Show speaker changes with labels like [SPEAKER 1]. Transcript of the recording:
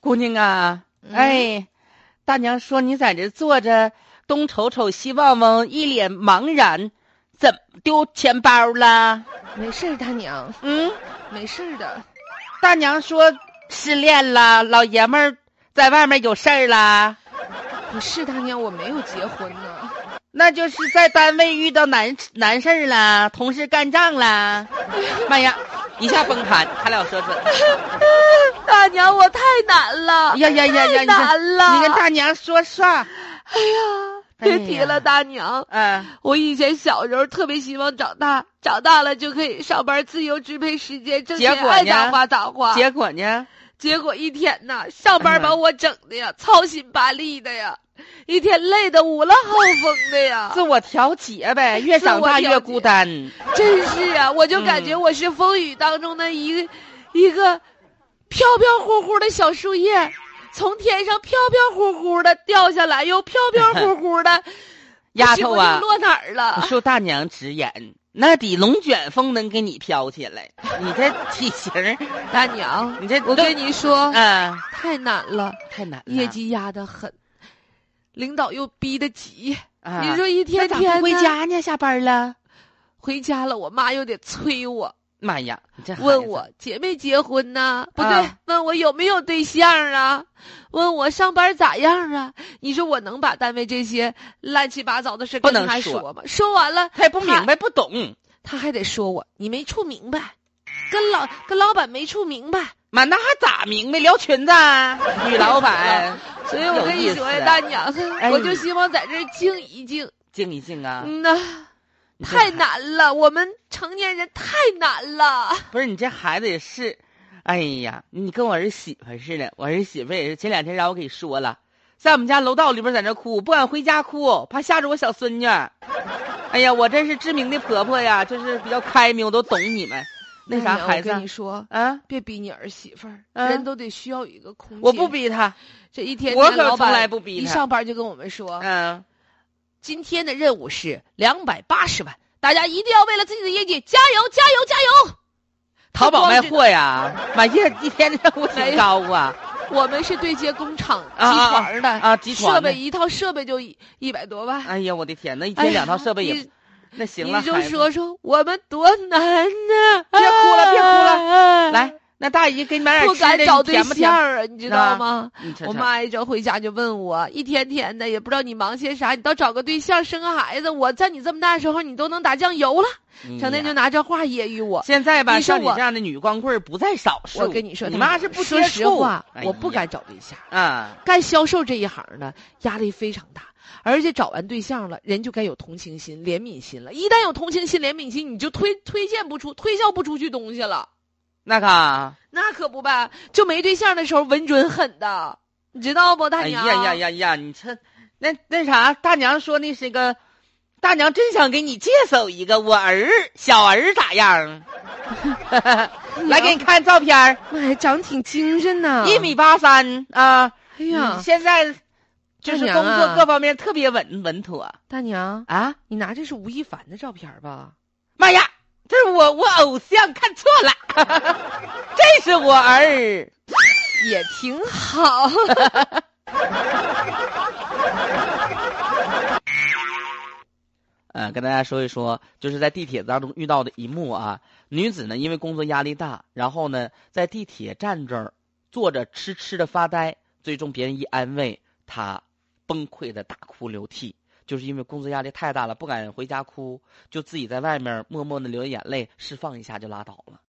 [SPEAKER 1] 姑娘啊，
[SPEAKER 2] 嗯
[SPEAKER 1] 哎，大娘说你在这坐着，东瞅瞅西望望，一脸茫然，怎么丢钱包了？
[SPEAKER 2] 没事儿，大娘，
[SPEAKER 1] 嗯，
[SPEAKER 2] 没事儿的。
[SPEAKER 1] 大娘说失恋了，老爷们儿在外面有事儿啦，
[SPEAKER 2] 不是大娘，我没有结婚呢。
[SPEAKER 1] 那就是在单位遇到难难事儿啦，同事干仗啦。妈呀，一下崩盘，他俩说说，
[SPEAKER 2] 大娘，我太难了
[SPEAKER 1] 呀呀呀呀，你看你跟大娘说说，
[SPEAKER 2] 哎呀，别提
[SPEAKER 1] 哎呀
[SPEAKER 2] 了，大娘。
[SPEAKER 1] 嗯、
[SPEAKER 2] 我以前小时候特别希望长大，长大了就可以上班，自由支配时间，挣
[SPEAKER 1] 结
[SPEAKER 2] 钱
[SPEAKER 1] 果
[SPEAKER 2] 爱
[SPEAKER 1] 呢
[SPEAKER 2] 咋花咋花。
[SPEAKER 1] 结果呢？
[SPEAKER 2] 结果一天呐，上班
[SPEAKER 1] 哎呀
[SPEAKER 2] 把我整的呀，操心巴力的呀，一天累得五了后风的 呀
[SPEAKER 1] 自，我调节呗，越
[SPEAKER 2] 自
[SPEAKER 1] 长
[SPEAKER 2] 我
[SPEAKER 1] 大
[SPEAKER 2] 调
[SPEAKER 1] 越
[SPEAKER 2] 节
[SPEAKER 1] 孤单。
[SPEAKER 2] 真是啊，我就感觉
[SPEAKER 1] 嗯
[SPEAKER 2] 我是风雨当中的一个一个飘飘忽忽的小树叶，从天上飘飘忽忽的掉下来，又飘飘忽忽的，
[SPEAKER 1] 丫头啊
[SPEAKER 2] 不知不觉，落哪儿
[SPEAKER 1] 你
[SPEAKER 2] 了？
[SPEAKER 1] 受大娘直言，那得龙卷风能给你飘起来。你这体型儿，
[SPEAKER 2] 大娘，
[SPEAKER 1] 你这
[SPEAKER 2] 我跟你说
[SPEAKER 1] 嗯、，啊
[SPEAKER 2] 太难了，
[SPEAKER 1] 太难了。
[SPEAKER 2] 业绩压得很，领导又逼得急，
[SPEAKER 1] 啊，
[SPEAKER 2] 你说一天
[SPEAKER 1] 那咋不
[SPEAKER 2] 天
[SPEAKER 1] 回
[SPEAKER 2] 的
[SPEAKER 1] 家呢？下班了，
[SPEAKER 2] 回家了，我妈又得催我，
[SPEAKER 1] 妈呀，你这孩
[SPEAKER 2] 问
[SPEAKER 1] 子
[SPEAKER 2] 我结没结婚呐？不对，
[SPEAKER 1] 啊
[SPEAKER 2] 问我有没有对象啊？问我上班咋样啊？你说我能把单位这些乱七八糟的事
[SPEAKER 1] 不
[SPEAKER 2] 跟
[SPEAKER 1] 能
[SPEAKER 2] 他
[SPEAKER 1] 说
[SPEAKER 2] 吗？说完了，
[SPEAKER 1] 他也不明白不懂，
[SPEAKER 2] 他还得说我你没处明白，跟老跟老板没处明白。
[SPEAKER 1] 妈那还咋明白？聊裙子啊，女老板，
[SPEAKER 2] 所以我
[SPEAKER 1] 有
[SPEAKER 2] 跟你
[SPEAKER 1] 意
[SPEAKER 2] 说
[SPEAKER 1] 思啊
[SPEAKER 2] 呀，大娘，
[SPEAKER 1] 哎
[SPEAKER 2] 我就希望在这儿静一静。
[SPEAKER 1] 静一静啊！
[SPEAKER 2] 嗯呐，
[SPEAKER 1] 你这
[SPEAKER 2] 太
[SPEAKER 1] 孩
[SPEAKER 2] 难了，我们成年人太难了。
[SPEAKER 1] 不是你这孩子也是，哎呀，你跟我儿媳妇似的，我儿媳妇也是前两天让我给说了，在我们家楼道里边在那哭，不敢回家哭，怕吓着我小孙女儿。哎呀，我真是知名的婆婆呀，就是比较开明，我都懂你们。那
[SPEAKER 2] 大
[SPEAKER 1] 啥
[SPEAKER 2] 娘
[SPEAKER 1] 孩子
[SPEAKER 2] 哎我跟
[SPEAKER 1] 啊
[SPEAKER 2] 你说，
[SPEAKER 1] 啊，
[SPEAKER 2] 别逼你儿媳妇儿，
[SPEAKER 1] 嗯
[SPEAKER 2] 人都得需要有一个空间。
[SPEAKER 1] 我不逼她，
[SPEAKER 2] 这一天，
[SPEAKER 1] 我
[SPEAKER 2] 天
[SPEAKER 1] 可
[SPEAKER 2] 老
[SPEAKER 1] 从来
[SPEAKER 2] 板
[SPEAKER 1] 不逼
[SPEAKER 2] 一
[SPEAKER 1] 她。
[SPEAKER 2] 上班就跟我们说，
[SPEAKER 1] 嗯，
[SPEAKER 2] 今天的任务是两百八十万，大家一定要为了自己的业绩加油加油加油！
[SPEAKER 1] 淘宝
[SPEAKER 2] 光
[SPEAKER 1] 卖
[SPEAKER 2] 知
[SPEAKER 1] 货呀，妈呀，一天任务
[SPEAKER 2] 哎
[SPEAKER 1] 挺
[SPEAKER 2] 呀
[SPEAKER 1] 高啊
[SPEAKER 2] 我们是对接工厂集
[SPEAKER 1] 啊啊
[SPEAKER 2] 团的，
[SPEAKER 1] 啊！集团
[SPEAKER 2] 设备
[SPEAKER 1] 的，
[SPEAKER 2] 一套设备就一一百多万，
[SPEAKER 1] 哎呀，我的天，那一
[SPEAKER 2] 哎
[SPEAKER 1] 天
[SPEAKER 2] 呀
[SPEAKER 1] 两套设备也
[SPEAKER 2] 你
[SPEAKER 1] 那行了，
[SPEAKER 2] 你就
[SPEAKER 1] 孩子
[SPEAKER 2] 说说我们多难呐！
[SPEAKER 1] 别哭了别哭
[SPEAKER 2] 了
[SPEAKER 1] 来，那大姨给你买点
[SPEAKER 2] 不
[SPEAKER 1] 吃的，
[SPEAKER 2] 敢找
[SPEAKER 1] 你
[SPEAKER 2] 对
[SPEAKER 1] 甜不
[SPEAKER 2] 象
[SPEAKER 1] 甜？
[SPEAKER 2] 啊，你知道吗？
[SPEAKER 1] 你尝
[SPEAKER 2] 我
[SPEAKER 1] 尝
[SPEAKER 2] 妈一整回家就问我，一天天的也不知道你忙些啥，你倒找个对象生个孩子，我在你这么大的时候你都能打酱油了，成天就
[SPEAKER 1] 嗯
[SPEAKER 2] 拿这话揶揄我。
[SPEAKER 1] 现在吧，
[SPEAKER 2] 你说
[SPEAKER 1] 像你
[SPEAKER 2] 我
[SPEAKER 1] 这样的女光棍儿不在少数。
[SPEAKER 2] 我跟你说，
[SPEAKER 1] 你
[SPEAKER 2] 他
[SPEAKER 1] 妈是不
[SPEAKER 2] 说
[SPEAKER 1] 接
[SPEAKER 2] 实
[SPEAKER 1] 触
[SPEAKER 2] 话，
[SPEAKER 1] 哎
[SPEAKER 2] 我不
[SPEAKER 1] 呀
[SPEAKER 2] 敢找对象。
[SPEAKER 1] 啊，
[SPEAKER 2] 干销售这一行呢，压力非常大，而且找完对象了，人就该有同情心、怜悯心了。一旦有同情心、怜悯心，你就推推荐不出、推销不出去东西了。
[SPEAKER 1] 那啊个，
[SPEAKER 2] 那可不呗，就没对象的时候稳准狠的，你知道不，大
[SPEAKER 1] 哎
[SPEAKER 2] 娘？
[SPEAKER 1] 呀呀呀呀，你这那那啥，大娘说那是个，大娘真想给你介绍一个我儿小儿 咋样？来给你看照片儿，
[SPEAKER 2] 妈呀，长挺精神呐
[SPEAKER 1] 一，米八三啊，
[SPEAKER 2] 嗯哎
[SPEAKER 1] 嗯
[SPEAKER 2] 呀，
[SPEAKER 1] 现在就是
[SPEAKER 2] 大娘
[SPEAKER 1] 工作
[SPEAKER 2] 啊
[SPEAKER 1] 各方面特别稳稳妥
[SPEAKER 2] 大娘，
[SPEAKER 1] 啊。
[SPEAKER 2] 你拿这是吴亦凡的照片吧？
[SPEAKER 1] 妈呀，这是我我偶像看错了， 这是我儿。
[SPEAKER 2] 也挺好。
[SPEAKER 1] 呃，跟大家说一说，就是在地铁当中遇到的一幕啊。女子呢，因为工作压力大，然后呢，在地铁站这儿坐着痴痴的发呆，最终别人一安慰，她崩溃的大哭流涕，就是因为工作压力太大了，不敢回家哭，就自己在外面默默的流眼泪，释放一下就拉倒了。